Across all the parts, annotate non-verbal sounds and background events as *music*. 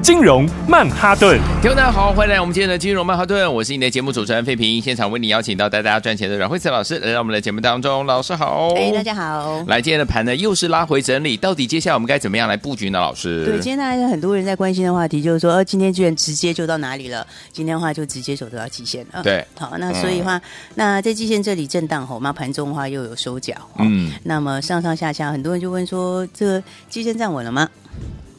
金融曼哈顿。听众大家好，欢迎来我们今天的金融曼哈顿，我是你的节目主持人费平，现场为你邀请到带大家赚钱的阮慧慈老师来到我们的节目当中，老师好，哎，大家好。哦来，今天的盘呢又是拉回整理，到底接下来我们该怎么样来布局呢？老师，对，今天大家很多人在关心的话题就是说，呃，今天居然直接就到哪里了？今天的话就直接走到极限了。对嗯好，那所以的话，那在极限这里震荡吼，那盘中的话又有收脚。哦嗯，那么上上下下，很多人就问说，这个基线站稳了吗？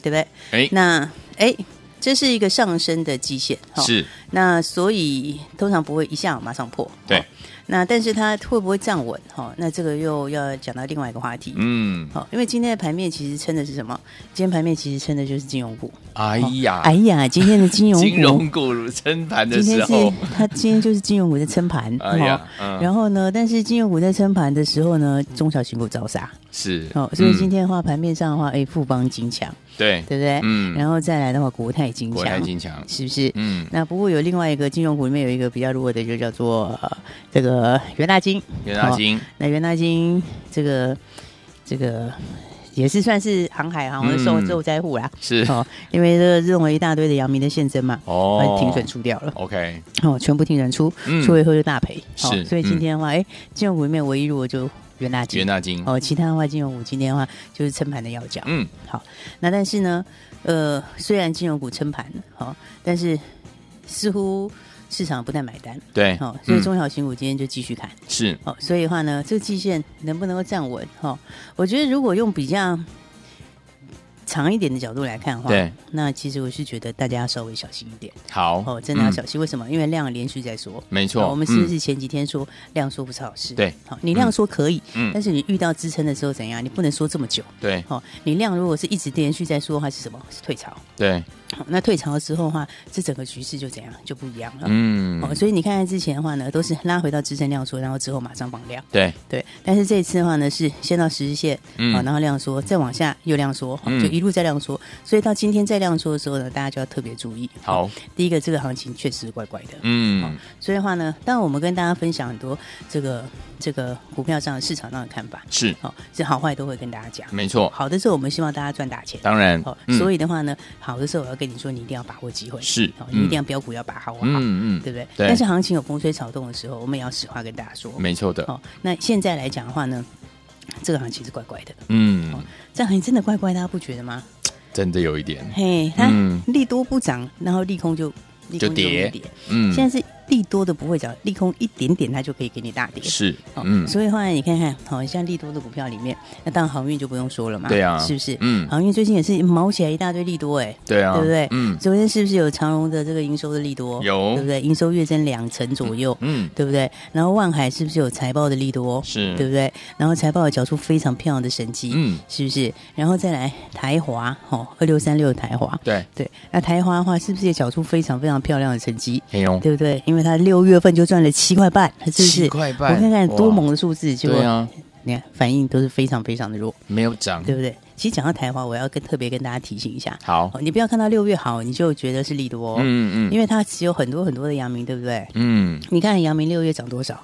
对不对？哎，那哎，这是一个上升的基线。哦是那所以通常不会一下马上破。对哦那但是它会不会站稳？哈、那这个又要讲到另外一个话题。嗯，好，因为今天的盘面其实撑的是什么？今天盘面其实撑的就是金融股。哎呀，哎呀，今天的金融股， *laughs* 金融股撑盘的今天时是候， *laughs* 它今天就是金融股在撑盘。哎呀哦嗯然后呢，但是金融股在撑盘的时候呢，中小型股遭杀。是哦，所以今天天的话，盘面上的话，哎，富邦金强，对对不对？嗯然后再来的话，国泰金国泰，强金强，是不是？嗯，那不过有另外一个金融股里面有一个比较弱的，就叫做、呃这个元大金。元大哦金，那元大金这个这个也是算是航海航空受嗯受灾户啦，是哦，因为这认为一大堆的阳明的现增嘛，哦它停损出掉了， ，OK，哦，全部停损出，嗯出了以后就大赔，哦是嗯所以今天的话，哎，金融股里面唯一弱就元大金元，大金，哦，其他的话金融股今天的话就是撑盘的要角，嗯，那但是呢，呃，虽然金融股撑盘了，哦，但是似乎市场不太买单，对，哦，所以嗯中小型股今天就继续砍。是哦，所以的话呢，这个季线能不能够站稳？哈、哦，我觉得如果用比较长一点的角度来看的话，对，那其实我是觉得大家要稍微小心一点好，哦，真的要嗯小心。为什么？因为量连续在缩。没哦错，我们是不嗯是前几天说、量缩不是好事？对，好、你量缩可以，嗯但是你遇到支撑的时候怎样？你不能缩这么久。对哦，你量如果是一直连续在缩的话，是什么？是退潮。对，好那退潮之后的话，这整个局势就怎样就不一样了。嗯，哦，所以你看看之前的话呢，都是拉回到支撑量缩，然后之后马上绑量。对，对，但是这一次的话呢，是先到十日线，嗯好，然后量缩，再往下又量缩，嗯就一路在量缩，所以到今天再量缩的时候呢，大家就要特别注意。好，第一个这个行情确实怪怪的，嗯，所以的话呢，当然我们跟大家分享很多这个这个股票上市场上的看法，是哦，是好坏都会跟大家讲。没错，好的时候，我们希望大家赚大钱。当然哦，，嗯所以的话呢，好的时候我要跟你说，你一定要把握机会，是哦，你一嗯定要标股要把好啊，嗯嗯，对不对？对但是行情有风吹草动的时候，我们也要实话跟大家说，没错的，哦，那现在来讲的话呢，这个行情是怪怪的，嗯，这行情真的怪怪的，大家不觉得吗？真的有一点，嘿，它嗯利多不涨，然后利空就利就空跌跌。嗯，现在是利多的不会涨，利空一点点它就可以给你大跌。是，哦嗯，所以后来你看看，好、像利多的股票里面，那当然航运就不用说了嘛，对啊是不是？嗯航运最近也是毛起来一大堆利多、哎，对啊，对不对？嗯昨天是不是有长荣的这个营收的利多？有对不对？营收月增两成左右，嗯，对不对？然后万海是不是有财报的利多？是对不对？然后财报有缴出非常漂亮的成绩，嗯是不是？然后再来台华，哦，二六三六台华，对，对，那台华的话是不是也缴出非常非常漂亮的成绩？哎呦，对不对？因为它六月份就赚了七块半，是不是？七块半我看看多哇猛的数字，结果、对啊，你看反应都是非常非常的弱，没有涨，对不对？其实讲到台华，我要跟特别跟大家提醒一下，好，哦，你不要看到六月好你就觉得是利多、哦，嗯嗯因为它只有很多很多的阳明，对不对？嗯，你看阳明六月涨多少，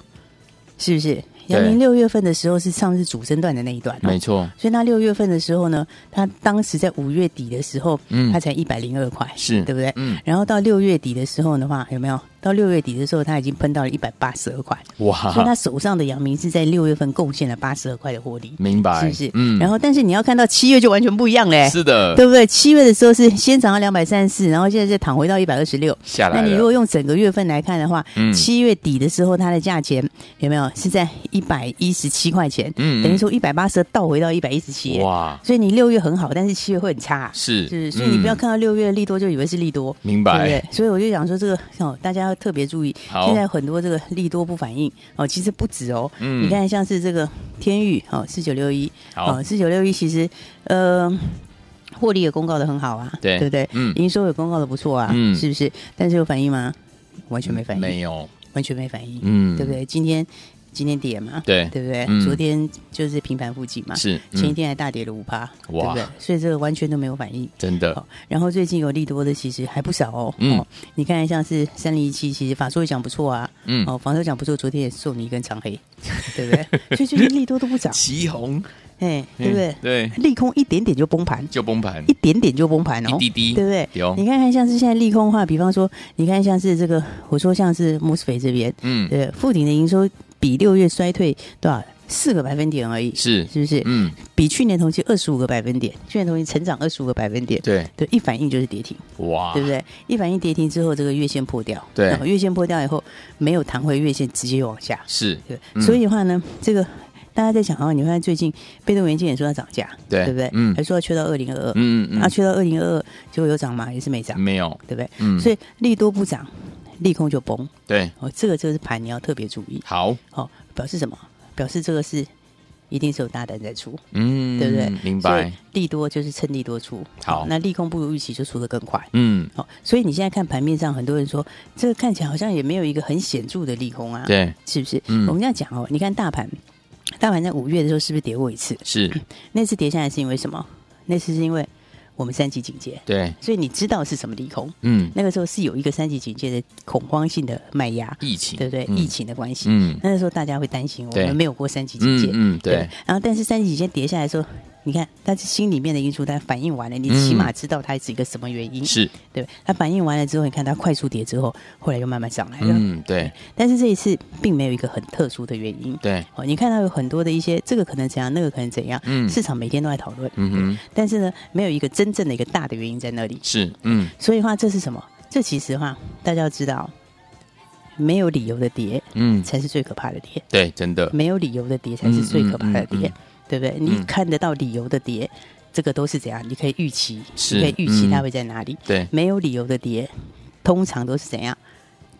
是不是？对阳明六月份的时候是上次主升段的那一段、哦，没错，所以那六月份的时候呢，它当时在五月底的时候，嗯它才一百零二块，是对不对？嗯，然后到六月底的时候的话，有没有？到六月底的时候，它已经喷到了一百八十二块，所以哇，它手上的阳明是在六月份贡献了八十二块的获利，明白，是不是？嗯，然后，哎但是你要看到七月就完全不一样嘞，是的，对不对？七月的时候是先涨到两百三十四，然后现在再躺回到一百二十六。下那来你如了，果用整个月份来看的话，嗯七月底的时候它的价钱有没有是在一百一十七块钱？嗯嗯等于说一百八十倒回到一百一十七。哇，所以你六月很好，但是七月会很差、是，嗯是，所以你不要看到六月利多就以为是利多，明对不对白，？所以我就想说这个哦，大家要特别注意。好现在很多这个利多不反应哦，其实不止哦。嗯你看像是这个天宇哦，四九六一好哦，，四九六一其实呃。获利也公告的很好啊，对对不对？嗯营收也公告的不错啊，嗯是不是？但是有反应吗？完全没反应，没有，完全没反应，嗯对不？对？今天今天跌嘛，对对不对？嗯昨天就是平盘附近嘛，是嗯前一天还大跌了五趴，对哇嗯不对？所以这个完全都没有反应。真的，好，然后最近有利多的其实还不少哦。嗯哦，你看像是三零一七，其实法硕也讲不错啊，嗯哦，法硕讲不错，昨天也送你一根长黑，对 *laughs* 不对？所以最近利多都 *laughs* 不涨，旗红，哎，对不对嗯？对，利空一点点就崩盘，就崩盘一，点点就崩盘哦，一滴滴对不对？有你看看像是现在利空的话，比方说，你看像是这个，我说像是 m o s f e 这边，嗯，对，富鼎的营收比六月衰退多少？四个百分点而已，是，是不是？嗯，比去年同期二十五个百分点，去年同期成长二十五个百分点，对，对，一反应就是跌停，哇，对不对？一反应跌停之后，这个月线破掉，啊对然后月线破掉以后没有弹回月线，直接往下，是，对。嗯所以的话呢，这个大家在想啊，你看最近被动元件也说要涨价，对对不对？嗯还说要缺到二零二二，嗯嗯啊，缺到二零二二，结果有涨吗？也是没嗯，，涨没有，对不对？嗯，所以利多不涨，利空就崩，对，哦，这个这个是盘你要特别注意，好，哦，表示什么？表示这个是一定是有大单在出，嗯，对不对？明所以白，利多就是趁利多出，好那利空不如预期就出的更快。嗯，好、所以你现在看盘面上，很多人说这个看起来好像也没有一个很显著的利空啊，，对，是不是？嗯我们这样讲哦，你看大盘，大盘在五月的时候是不是跌过一次？是，那次跌下来是因为什么？那次是因为我们三级警戒，对，所以你知道是什么利空。嗯，那个时候是有一个三级警戒的恐慌性的卖压，疫情，对不对？嗯疫，情的关系，嗯那时候大家会担心，我对们没有过三级警戒，嗯嗯，对对，。然后，但是三级警戒跌下来的时候，你看，但是心里面的因素，它反应完了，你嗯起码知道它是一个什么原因，是，对不对。它反应完了之后，你看它快速跌之后，后来又慢慢上来了。嗯，对，但是这一次并没有一个很特殊的原因。对，哦，你看到有很多的一些这个可能怎样，那个可能怎样，嗯市场每天都在讨论，嗯哼，但是呢，没有一个真正的一个大的原因在那里。是，嗯，所以的话，这是什么？这其实的话，大家要知道，没有理由的跌嗯，才是最可怕的跌，对，真的，没有理由的跌才是最可怕的跌，嗯嗯嗯嗯对不对？嗯你看得到理由的跌，这个都是怎样？你可以预期，是你可以预期嗯它会在哪里。对没有理由的跌，通常都是怎样？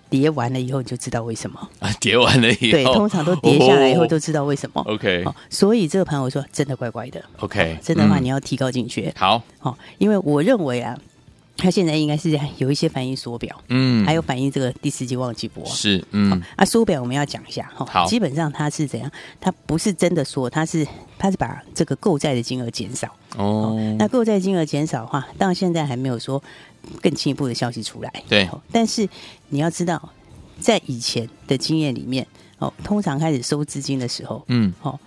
跌完了以后你就知道为什么，啊，叠完了以后，对，通常都跌下来以后哦都知道为什么。 OK 哦，所以这个盘我说真的怪怪的， OK，真的话你要要提高警觉。好，哦，因为我认为啊，它现在应该是有一些反应缩表，嗯，还有反映这个第四季旺季波。是，嗯，啊，缩表我们要讲一下哈。好基本上它是怎样？它不是真的缩，它是它是把这个购债的金额减少。哦，那购债金额减少的话，当然现在还没有说更进一步的消息出来。对哦，但是你要知道，在以前的经验里面，哦，通常开始收资金的时候，嗯哦，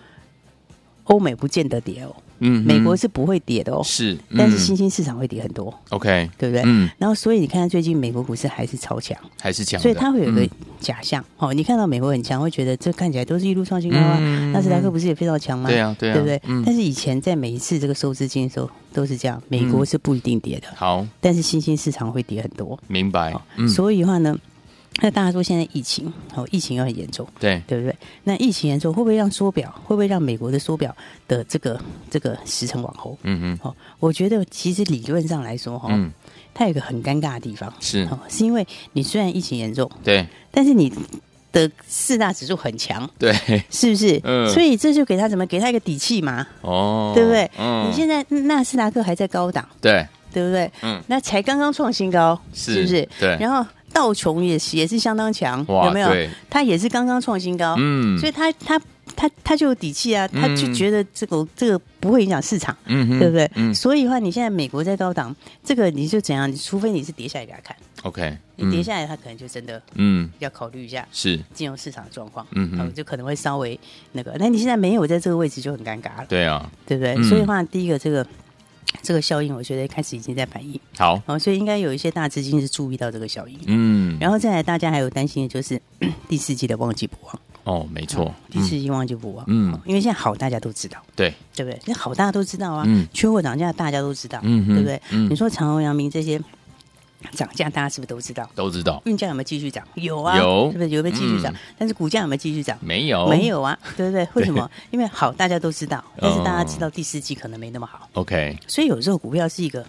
欧美不见得跌哦，嗯，美国是不会跌的哦，是，但是嗯新兴市场会跌很多， OK，对不对？嗯，然后，所以你看，最近美国股市还是超强，还是强的，所以它会有一个嗯假象、哦。你看到美国很强，会觉得这看起来都是一路创新高啊。嗯纳斯达克不是也非常强吗？对啊，对啊，对不对？嗯但，是以前在每一次这个收资金的时候都是这样，美国是不一定跌的，好，但是新兴市场会跌很多。明白哦，嗯，所以的话呢，那大家说现在疫情，哦，疫情又很严重，对，对不对？那疫情严重会不会让缩表？会不会让美国的缩表的这个这个时程往后？嗯哼，哦，我觉得其实理论上来说，哈、嗯，它有一个很尴尬的地方，是，哦，是因为你虽然疫情严重，对，但是你的四大指数很强，对，是不是？嗯所以这就给他怎么给他一个底气嘛，哦，对不对？嗯，你现在纳斯达克还在高档，对，对不对？嗯，那才刚刚创新高，是不是？对然后道琼也是也是相当强，哇有没有对？它也是刚刚创新高，嗯，所以，以它它它它就有底气啊，它就嗯觉得这个这个不会影响市场。嗯哼，对不对？嗯所以的话，你现在美国在高档，这个你就怎样？你除非你是跌下来给他看， ，OK，你跌嗯下来，他可能就真的嗯，要考虑一下是，金融市场的状况，嗯哼哦就可能会稍微那个。那你现在没有在这个位置就很尴尬了，对啊，对不对？嗯所以的话，第一个这个这个效应，我觉得开始已经在反应，好，哦，所以应该有一些大资金是注意到这个效应。嗯，然后再来，大家还有担心的就是 *coughs* 第四季的旺季不旺，哦，没错，啊第四季旺季不旺，嗯哦因为现在好大家都知道，对，对不对？那好大家都知道啊，嗯缺货涨价大家都知道，嗯哼对不对？嗯你说长荣、阳明这些涨价，大家是不是都知道？都知道，运价有没有继续涨？有啊，有是不是有没有继续涨？嗯但是股价有没有继续涨？没有，没有啊，对不对？为什么？因为好，大家都知道，但是大家嗯知道第四季可能没那么好， ，OK，所以有时候股票是一个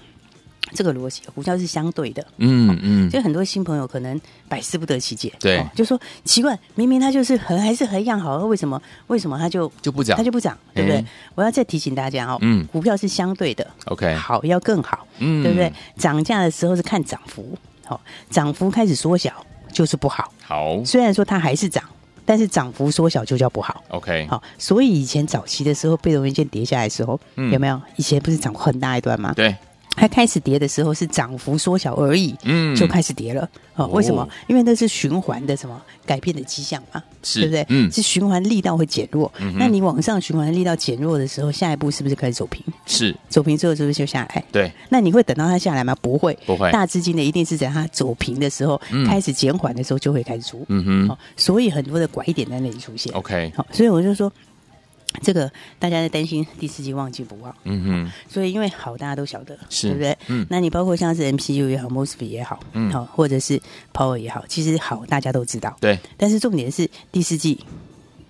这个逻辑，股票是相对的，嗯嗯，所以很多新朋友可能百思不得其解，哦对就说奇怪，明明它就是很还是很样好，为什么为什么它就就不讲它就不涨，对不对哎？我要再提醒大家哦，嗯股票是相对的， OK，好要更好，嗯哦对不对？？涨价的时候是看涨幅，好、涨幅开始缩小，就是不好。好虽然说它还是涨，但是涨幅缩小就叫不好。 ，OK，好，所以以前早期的时候，被动元件跌下来的时候，嗯有没有？以前不是涨过很大一段吗？对，它开始跌的时候是涨幅缩小而已，嗯就开始跌了。哦，为什么哦？因为那是循环的什么改变的迹象嘛，是对不对？嗯，是循环力道会减弱。嗯哼那你往上循环力道减弱的时候，下一步是不是开始走平？是走平之后是不是就下来？对，那你会等到它下来吗？不会，不会大资金的一定是在它走平的时候，嗯开始减缓的时候就会开始出。嗯哦哼，所以很多的拐点在那里出现。 ，OK，好、所以我就说，这个大家在担心第四季旺季不旺，嗯哼，所以因为好大家都晓得，是对不对？嗯那你包括像是 MCU 也好，MOSFET 也好，嗯好、或者是 Power 也好，其实好大家都知道，对，但是重点是第四季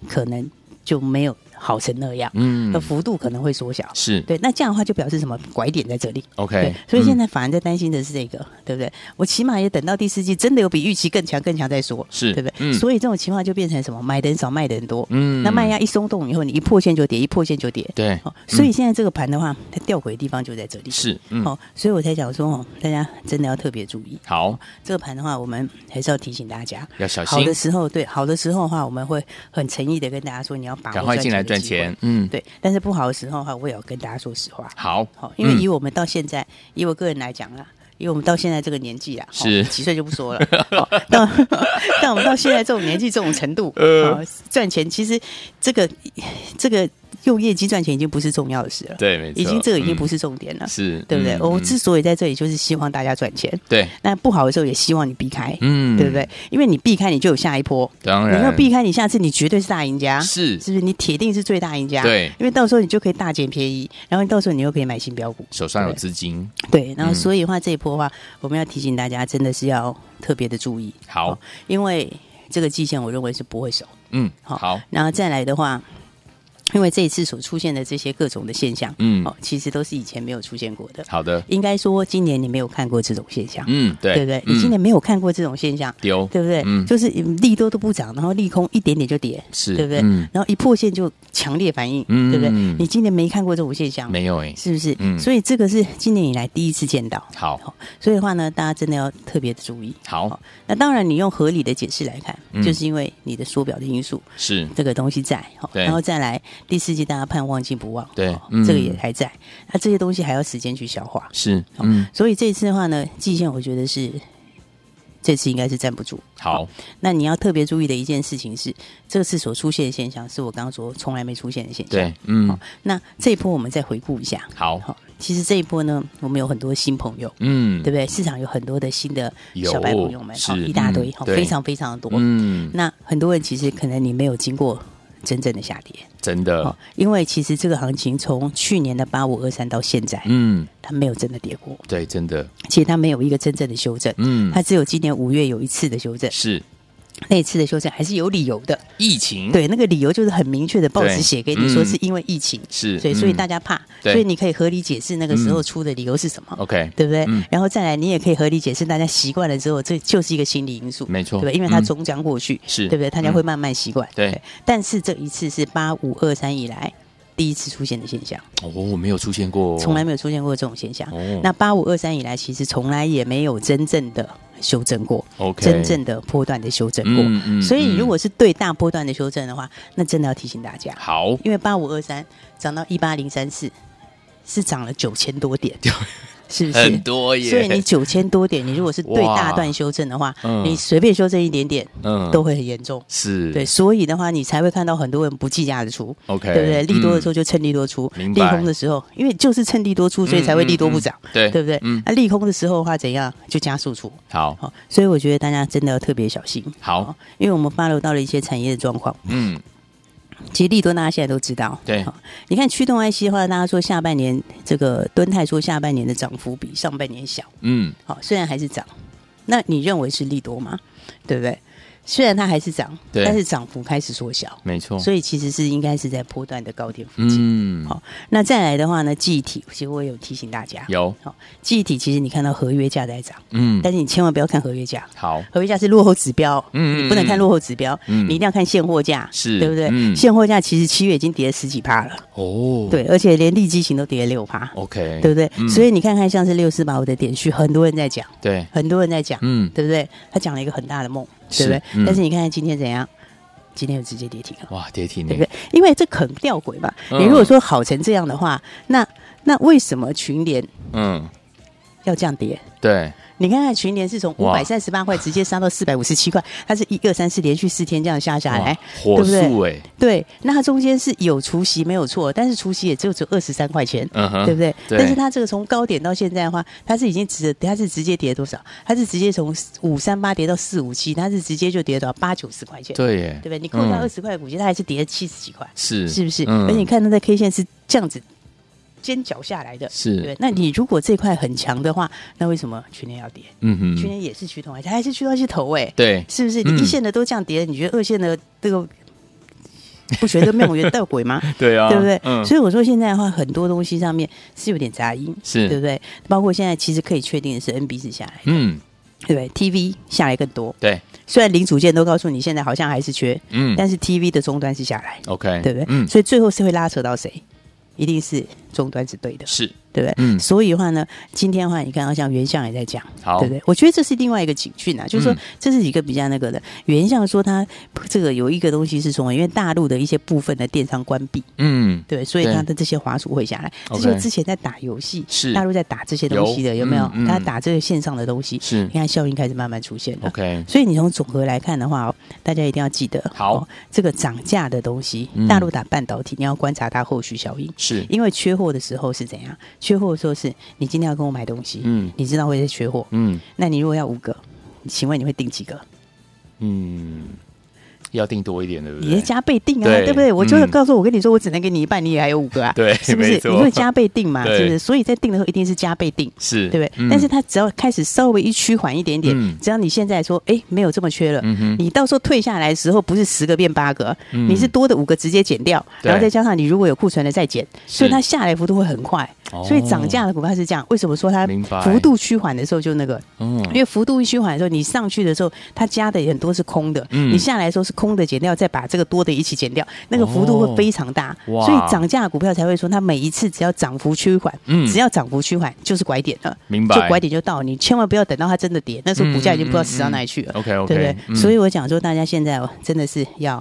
可能就没有好成那样，嗯那、，幅度可能会缩小。是嗯对，那这样的话就表示什么拐点在这里。对 OK，，所以现在在反而在担心的是这个，对不对？我起码也等到第四季真的有比预期更强、更强再说，是对不对？嗯所以这种情况就变成什么？买的人少，卖的人多。嗯那卖压一松动以后，你一破线就跌，一破线就跌。对哦，所以嗯现在这个盘的话，它吊诡的地方就在这里。是嗯哦，所以我才讲说哦，大家真的要特别注意好，这个盘的话，我们还是要提醒大家，要小好心的，时候，对好的时候的话，我们会很诚意的跟大家说，你要把握赶快进来赚的机会钱，。嗯，对，但是不好的时候的话，我也要跟大家说实话。好好，，因为嗯以我们到现在，以我个人来讲啦，以我们到现在这个年纪啦，哦是几岁就不说了，哦到 *laughs* 但我们到现在这种年纪、这种程度， *laughs* 呃哦赚钱其实这个这个用业绩赚钱已经不是重要的事了，对，没错，已经这个已经不是是重点了，是，对不对？嗯我嗯之所以在这里，就是希望大家赚钱，对，那不好的时候也希望你避开，嗯对不？对？因为你避开，你就有下一波，当你然要避开，你下次你绝对是大赢家，是是不是？你铁定是最大赢家，对因为到时候你就可以大捡便宜，然后到时候你又可以买新标股，手上有对资金，对，然后嗯所以的话这一波的话，我们要提醒大家，真的是要特别的注意，好哦，因为这个季线我认为是不会守。嗯，好好，然后再来的话，因为这一次所出现的这些各种的现象，嗯哦，其实都是以前没有出现过的。好的，应该说，今年你没有看过这种现象，嗯，对，对不对？你嗯今年没有看过这种现象，丢，对不对？嗯就是利多都不涨，然后利空一点点就跌，是，对不对？嗯，然后一破线就强烈反应，嗯对不对？你今年没看过这种现象，没有哎，是不是？嗯所以这个是今年以来第一次见到。好，好，哦所以的话呢，大家真的要特别的注意。好，那当然，你用合理的解释来看，嗯就是因为你的缩表的因素，是，这个东西在，好对然后再来第四季大家盼望进不忘，对好嗯这个也还在。那这些东西还要时间去消化，是，好嗯，所以这一次的话呢，季线我觉得是这次应该是站不住。哦好，那你要特别注意的一件事情是，这次所出现的现象是我刚刚说从来没出现的现象。哦对，嗯，那这一波我们再回顾一下，好，好，其实这一波呢，我们有很多新朋友。嗯，对不对？市场有很多的新的有小白朋友们，是好一大堆嗯，好对非常非常多。嗯，那很多人其实可能你没有经过真正的下跌，真的哦，，因为其实这个行情从去年的八五二三到现在，嗯，它没有真的跌过，对，真的，其实它没有一个真正的修正，嗯，它只有今年五月有一次的修正，是那一次的修正还是有理由的，疫情，，对，那个理由就是很明确的，嗯报对纸写给你说嗯是因为疫情，是，嗯所以所以大家家怕，对所以你可以合理解释那个时候嗯出的理由是什么。 OK，对不对？嗯然后再来，你也可以合理解释，大家习惯了之后，这就是一个心理因素，没错对不对？因为它嗯终将过去，是对不对？大家嗯会慢慢习惯，对。但是这一次是八五二三以来第一次出现的现象，哦，没有出现过，从来没有出现过这种现象。哦那八五二三以来，其实从来也没有真正的修正过 OK 真正的波段的修正过。嗯嗯所以，嗯如果是对大波段的修正的话，那真的要提醒大家，好，因为八五二三涨到一八零三四，是涨了九千 *laughs* 多点，是不是很？多耶，所以你九千多点，你如果是对哇大段修正的话，嗯你随便修正一点点嗯都会很严重。是对，所以的话，你才会看到很多人不计价的出， OK，对不对？利多的时候候就趁利多出，明利白空的时候，因为就是趁利多出，所以才会利多不涨，，嗯嗯嗯对对不对？嗯，那利空的时候的话，怎样就加速出。好，好，所以我觉得大家真的要特别小心。哦好，因为我们 follow 到了一些产业的状况，嗯，其实利多大家现在都知道。对好你看驱动 IC 的话，大家说下半年这个敦泰说下半年的涨幅比上半年小。嗯，好，虽然还是涨，那你认为是利多吗？对不对？虽然它还是涨，对但是涨幅开始缩小，没错，所以其实是应该是在波段的高点附近。嗯，好、那再来的话呢，记忆体，其实我有提醒大家，有，好、记忆体其实你看到合约价在涨，嗯，但是你千万不要看合约价，好，合约价是落后指标，嗯嗯你不能看落后指标，嗯你一定要看现货价，是对不对？嗯现货价其实七月已经跌了十几趴了，哦，对，而且连利基型都跌了六趴， ，OK，对不对？嗯所以你看看像是六四八五的点序，很多人在讲，对，很多人在讲，嗯，对不对？他讲了一个很大的梦，是对不对？嗯但是你看看今天怎样？今天有直接跌停了。哇，跌停呢对不，对？因为这很吊诡嘛。嗯你如果说好成这样的话，那那为什么群联嗯，要这样跌？对，你看看群联是从五哇百三十八块直接杀到四百五十七块，它是一二三四连续四天这样下下来哇，火对不对速哎，对，那它中间是有除息没有错，但是除息也就只有二十三块钱。嗯哼，对不对？对但是它这个从高点到现在的话，它是已经直，它是直接跌多少？它是直接从五三八跌到四五七，它是直接就跌到八九十块钱，对耶，对不对？你扣掉嗯二十块的股息，它还是跌了七十几块。是是不是？嗯而且你看它在 K 线是这样子尖角下来的，是对，。那你如果这块很强的话，那为什么去年要跌？嗯哼，去年也是趋同，而且还是趋到一些头哎、对，是不是？嗯你一线的都这样跌，你觉得二线的这个不觉得妙圆吊鬼吗？对啊对不对？嗯，所以我说现在的话，很多东西上面是有点杂音，是对不对？包括现在其实可以确定的是，NB 是下来，嗯，对不对？TV 下来更多，对，虽然零组件都告诉你现在好像还是缺，嗯，但是 TV 的终端是下来， OK，对不对？嗯，所以最后是会拉扯到谁？一定是终端是对的，是，对不对？嗯所以的话呢，今天的话，你看到像原相也在讲，好，对不对？我觉得这是另外一个警讯啊，就是说嗯这是一个比较那个的。原相说它这个有一个东西是什么？因为大陆的一些部分的电商关闭，嗯，对，所以对它的这些滑鼠会下来。这 OK 就是之前在打游戏，是大陆在打这些东西的，有有没有嗯嗯？他打这个线上的东西，是 *laughs* 你看效应开始慢慢出现了。 OK，所以你从总和来看的话、哦，大家一定要记得，哦好这个涨价的东西嗯，大陆打半导体，你要观察它后续效应。 *laughs* 是，因为缺货的时候是怎样？缺货的时候是你今天要跟我买东西，嗯你知道会是缺货，嗯那你如果要五个，请问你会订几个？嗯，要定多一点，对不你是对？加倍订啊，对对不对？我就是嗯告诉我跟你说，我只能给你一半，你也还有五个啊，对是不没是？错你会加倍订嘛，对是不是？所以在订的时候一定是加倍订。是，对不对？嗯但是它只要开始稍微一趋缓一点点，嗯只要你现在说，哎，没有这么缺了，嗯哼你到时候退下来的时候，不是十个变八个，嗯你是多的五个直接减掉，对然后再加上你如果有库存的再减，是所以它下来幅度会很快。哦所以涨价的股票是这样，为什么说它明白幅度趋缓的时候就那个？嗯因为幅度一趋缓的时候，你上去的时候，它加的也很多是空的，嗯你下来的时候是空的减掉，再把这个多的一起减掉，那个幅度会非常大。哦哇所以涨价的股票才会说，它每一次只要涨幅趋缓，嗯只要涨幅趋缓就是拐点了，明白就拐点就到，你千万不要等到它真的跌，那时候股价已经不知道死到哪里去了， OK 对不嗯 OK，对？所以我讲说，大家现在哦真的是要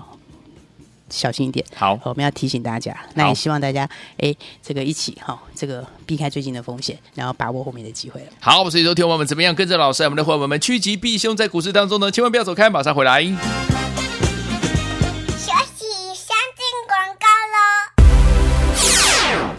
小心一点。好，我们要提醒大家，那也希望大家哎，这个一起哈、这个避开最近的风险，然后把握后面的机会了。好，所以说，听我们怎么样跟着老师，我们的伙伴们趋吉避凶，在股市当中呢，千万不要走开，马上回来。学习先进广告喽。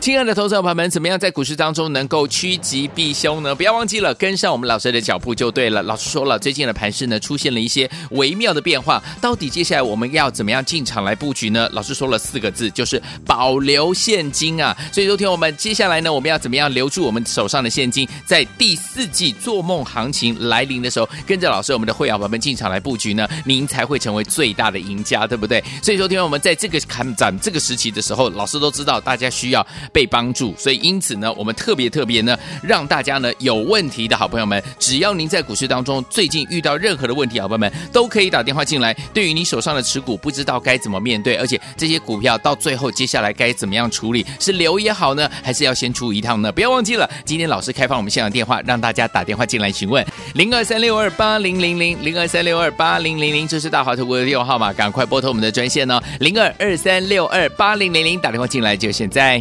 亲爱的投资者朋友们，怎么样在股市当中能够趋吉避凶呢？不要忘记了跟上我们老师的脚步就对了。老师说了，最近的盘势呢出现了一些微妙的变化，到底接下来我们要怎么样进场来布局呢？老师说了四个字，就是保留现金啊。所以，昨天我们接下来呢，我们要怎么样留住我们手上的现金，在第四季做梦行情来临的时候，跟着老师我们的会员朋友们进场来布局呢，您才会成为最大的赢家，对不对？所以，昨天我们在这个看涨这个时期的时候，老师都知道大家需要被帮助，所以因此呢，我们特别特别呢，让大家呢有问题的好朋友们，只要您在股市当中最近遇到任何的问题，好朋友们都可以打电话进来。对于你手上的持股不知道该怎么面对，而且这些股票到最后接下来该怎么样处理，是留也好呢，还是要先出一趟呢？不要忘记了，今天老师开放我们现场电话，让大家打电话进来询问零二三六二八零零零零二三六二八零零零，这是大华投顾的电话号码，赶快拨通我们的专线哦，零二二三六二八零零零，打电话进来就现在。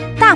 大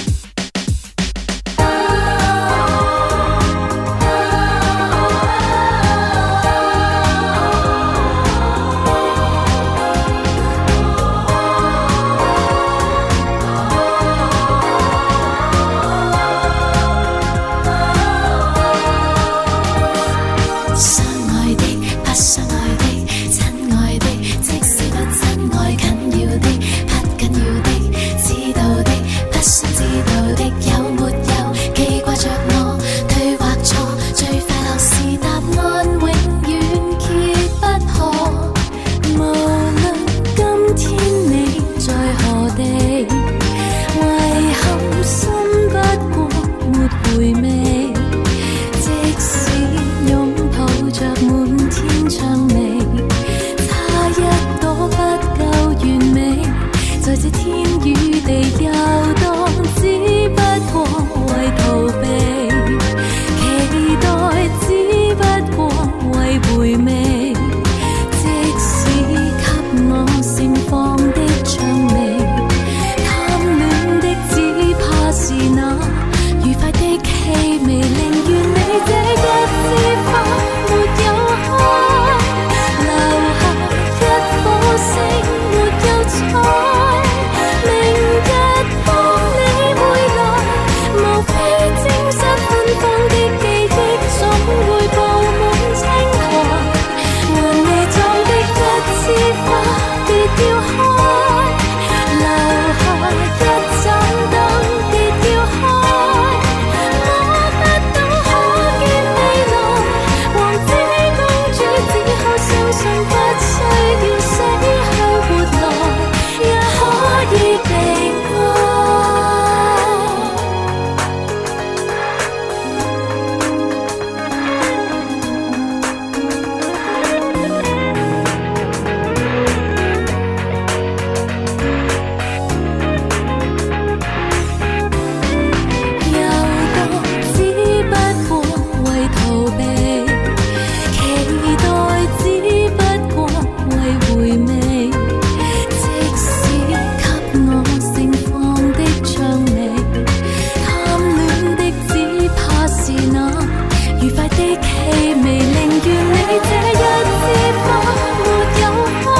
相愛的，不相愛的，親愛的，即使不親愛，緊要的，不緊要的，知道的，不想知道的，有沒有記掛着我？對或錯，最快樂是答案，永遠揭不破。無論今天你在何地，遺憾心不過沒回味。即使擁抱着滿天薔薇，差一朵不夠完美，在這天與地遊蕩，只不過為逃避，期待只不過為回味，即使給我盛放的薔薇。貪戀的只怕是那愉快的氣味，寧願你這一枝花沒有開，留下一顆星沒有採。明日當你回來，無非證實芬芳的記憶總會佈滿青苔，還你葬的一枝花，別要開。留下一盞燈，別要開。摸不到可見未來，王子公主只可相信，不需要死去活來，也可以被愛。遊蕩只不過為逃避，期待只不過為回味。即使給我盛放的薔薇，貪戀的只怕是那愉快的氣味，寧願你這一枝花沒有開，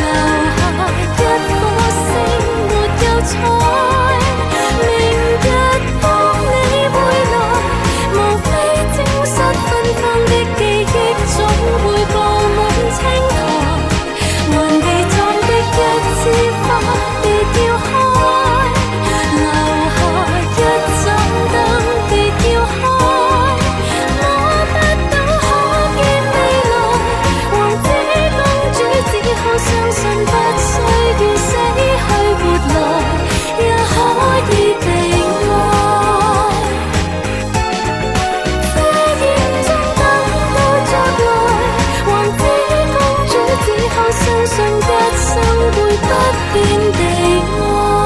留下一顆星沒有採。明日當你回來，無非證實芬芳的記憶總會佈滿青苔。還未葬的一枝花，別要開。留下一盞燈，別要開。摸不到可見未來，王子公主只可相信，不需要死去活來，也可以被愛。這煙中燈都着來，王子公主只可相信一生會不變地愛。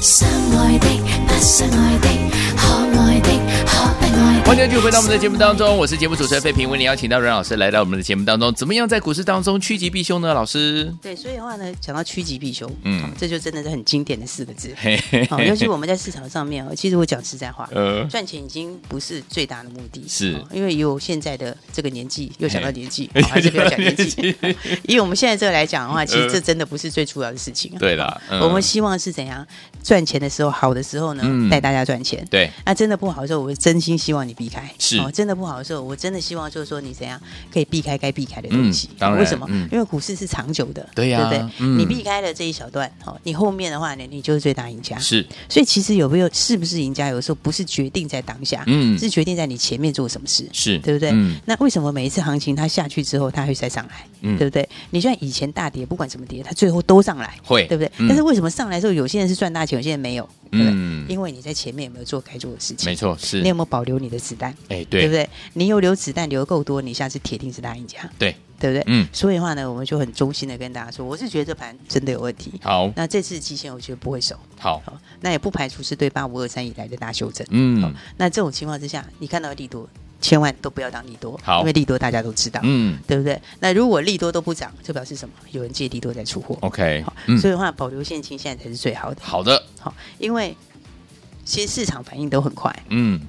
相愛的，不相愛的，可愛的，可不愛的。欢迎继续回到我们的节目当中，我是节目主持人费平，为您邀请到阮老师来到我们的节目当中。怎么样在股市当中趋吉避凶呢？老师，对，所以的话呢，讲到趋吉避凶，嗯嗯，这就真的是很经典的四个字。嘿嘿好、尤其我们在市场上面哦，其实我讲实在话，呃赚钱已经不是最大的目的，是哦因为有现在的这个年纪，又讲到年 *laughs* 纪，嘿哦还是不要讲年纪又讲年。 *laughs* 以我们现在这个来讲的话，其呃实这真的不是最主要的事情、啊。对啦嗯我们希望是怎样赚钱的时候，好的时候呢嗯，带大家赚钱。对那真的不好的时候，我真心希望你避开。哦是真的不好的时候，我真的希望就是说你怎样可以避开该避开的东西。哦嗯当然为什么嗯？因为股市是长久的，对呀对不对？嗯你避开了这一小段，好，你后面的话呢，你就是最大赢家。是所以其实有没有是不是赢家，有时候不是决定在当下，嗯是决定在你前面做什么事，是对不对？嗯那为什么每一次行情它下去之后，它会再上来，嗯对不对？你像以前大跌，不管怎么跌，它最后都上来，会对不对？嗯但是为什么上来之后，有些人是赚大钱，有些人没有，对不对？嗯因为你在前面有没有做该做的事情，没错，是你有没有保留你的子弹？哎，对不对对？你有留子弹留够多，你下次铁定是大赢家，对，对不对？嗯所以的话呢，我们就很衷心的跟大家说，我是觉得这盘真的有问题。好那这次极限我觉得不会守，好，好，那也不排除是对八五二三以来的大修正。嗯那这种情况之下，你看到利多，千万都不要当利多，好因为利多大家都知道，嗯对不对？那如果利多都不涨，就表示什么？有人借利多在出货。 ，OK，好，嗯所，以的话，保留现金现在才是最好的。好的，好，因为其实市场反应都很快。嗯，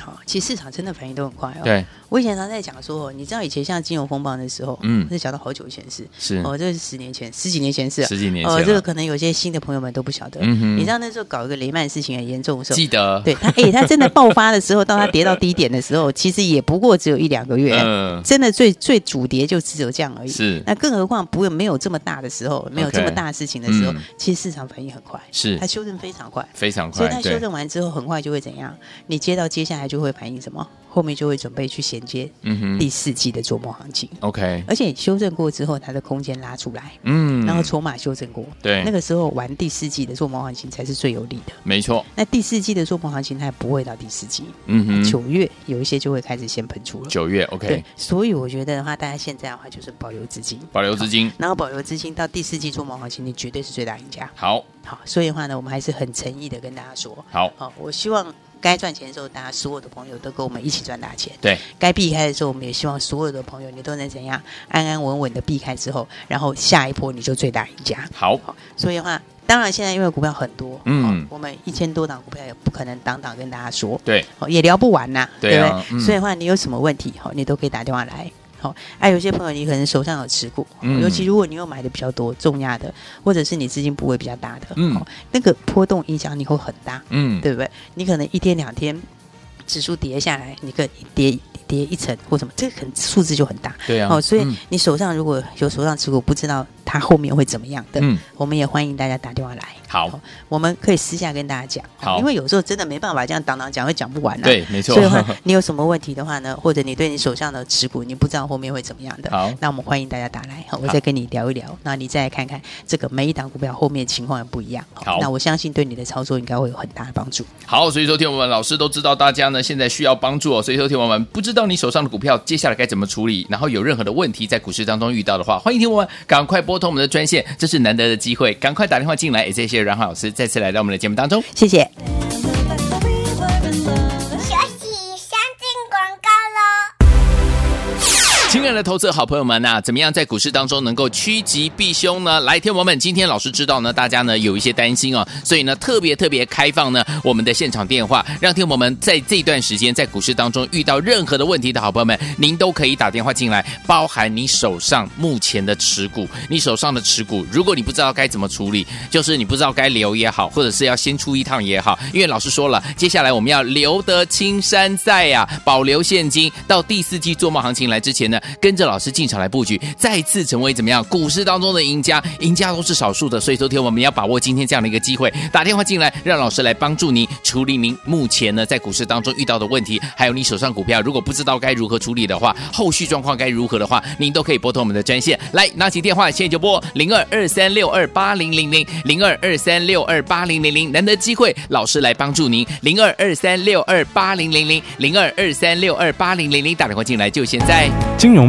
好，哦其实市场真的反应都很快哦。，对，我以前常在讲说，哦你知道以前像金融风暴的时候，嗯是讲到好久以前是，是哦，这是十年前、十几年前是，十几年哦，前这个了可能有些新的朋友们都不晓得。嗯哼你知道那时候搞一个雷曼事情很严重的时候，记得，对它，哎、它真的爆发的时候，到它跌到低点的时候，其实也不过只有一两个月，嗯，真的最最主跌就只有这样而已。是那更何况不没有这么大的时候，没有 OK，这么大的事情的时候嗯其实市场反应很快，是它修正非常快，非常所以快，它修哎对，正完之后很快就会怎样？你接到接下来就会反映什么？后面就会准备去衔接嗯第哼四季的琢磨行情， ，OK，而且修正过之后，它的空间拉出来。嗯，然后筹码修正过，对那个时候玩第四季的做梦行情才是最有利的。没错，那第四季的做梦行情，它也不会到第四季，嗯哼，九月有一些就会开始先喷出了。九月对，OK，，所以我觉得的话，大家现在的话就是保留资金，保留资金，然后保留资金到第四季做毛行情，你绝对是最大赢家。好好，所以的话呢，我们还是很诚意的跟大家说，好，好，我希望该赚钱的时候，大家所有的朋友都跟我们一起赚大钱。对，该避开的时候，我们也希望所有的朋友你都能怎样安安稳稳的避开之后，然后下一波你就最大赢家。好，好，所以的话，当然现在因为股票很多，嗯嗯，我们一千多档股票也不可能档档跟大家说，对，哦，也聊不完呐、对啊不对？嗯所以的话，你有什么问题，好，你都可以打电话来。好，哎、有些朋友你可能手上有持股，嗯尤其如果你有买的比较多重压的，或者是你资金部位比较大的，嗯好，那个波动影响你会很大，嗯，对不对？你可能一天两天指数跌下来，你可能跌跌一层或什么，这个可能数字就很大。对啊，哦，所以嗯你手上如果有手上持股，不知道它后面会怎么样的，嗯我们也欢迎大家打电话来。哦好，我们可以私下跟大家讲，哦好因为有时候真的没办法这样当当讲，会讲不完啊。，对，没错所以，的话， *laughs* 你有什么问题的话呢，或者你对你手上的持股，你不知道后面会怎么样的，好那我们欢迎大家打来，好，我再跟你聊一聊，那你再来看看这个每一档股票后面情况也不一样，好那我相信对你的操作应该会有很大的帮助。好，所以说听我们老师都知道大家呢现在需要帮助哦，所以说听我们不知道你手上的股票接下来该怎么处理，然后有任何的问题在股市当中遇到的话，欢迎听我们赶快拨通我们的专线，这是难得的机会，赶快打电话进来。也谢谢阮浩老师再次来到我们的节目当中。谢谢。休息一下，进广告喽。亲爱的投资好朋友们呐、怎么样在股市当中能够趋吉避凶哦呢？来，天王们，今天老师知道呢，大家呢有一些担心哦，所以呢特别特别开放呢我们的现场电话，让天王们在这段时间在股市当中遇到任何的问题的好朋友们，您都可以打电话进来，包含你手上目前的持股，你手上的持股，如果你不知道该怎么处理，就是你不知道该留也好，或者是要先出一趟也好，因为老师说了，接下来我们要留得青山在呀、保留现金，到第四季做梦行情来之前呢，跟着老师进场来布局，再次成为怎么样股市当中的赢家，赢家都是少数的，所以昨天我们要把握今天这样的一个机会，打电话进来，让老师来帮助您处理您目前呢在股市当中遇到的问题，还有你手上股票如果不知道该如何处理的话，后续状况该如何的话，您都可以拨通我们的专线来拿起电话，现在就拨零二二三六二八零零零零二二三六二八零零零，难得机会，老师来帮助您零二二三六二八零零零零二二三六二八零零零，打电话进来就现在。金融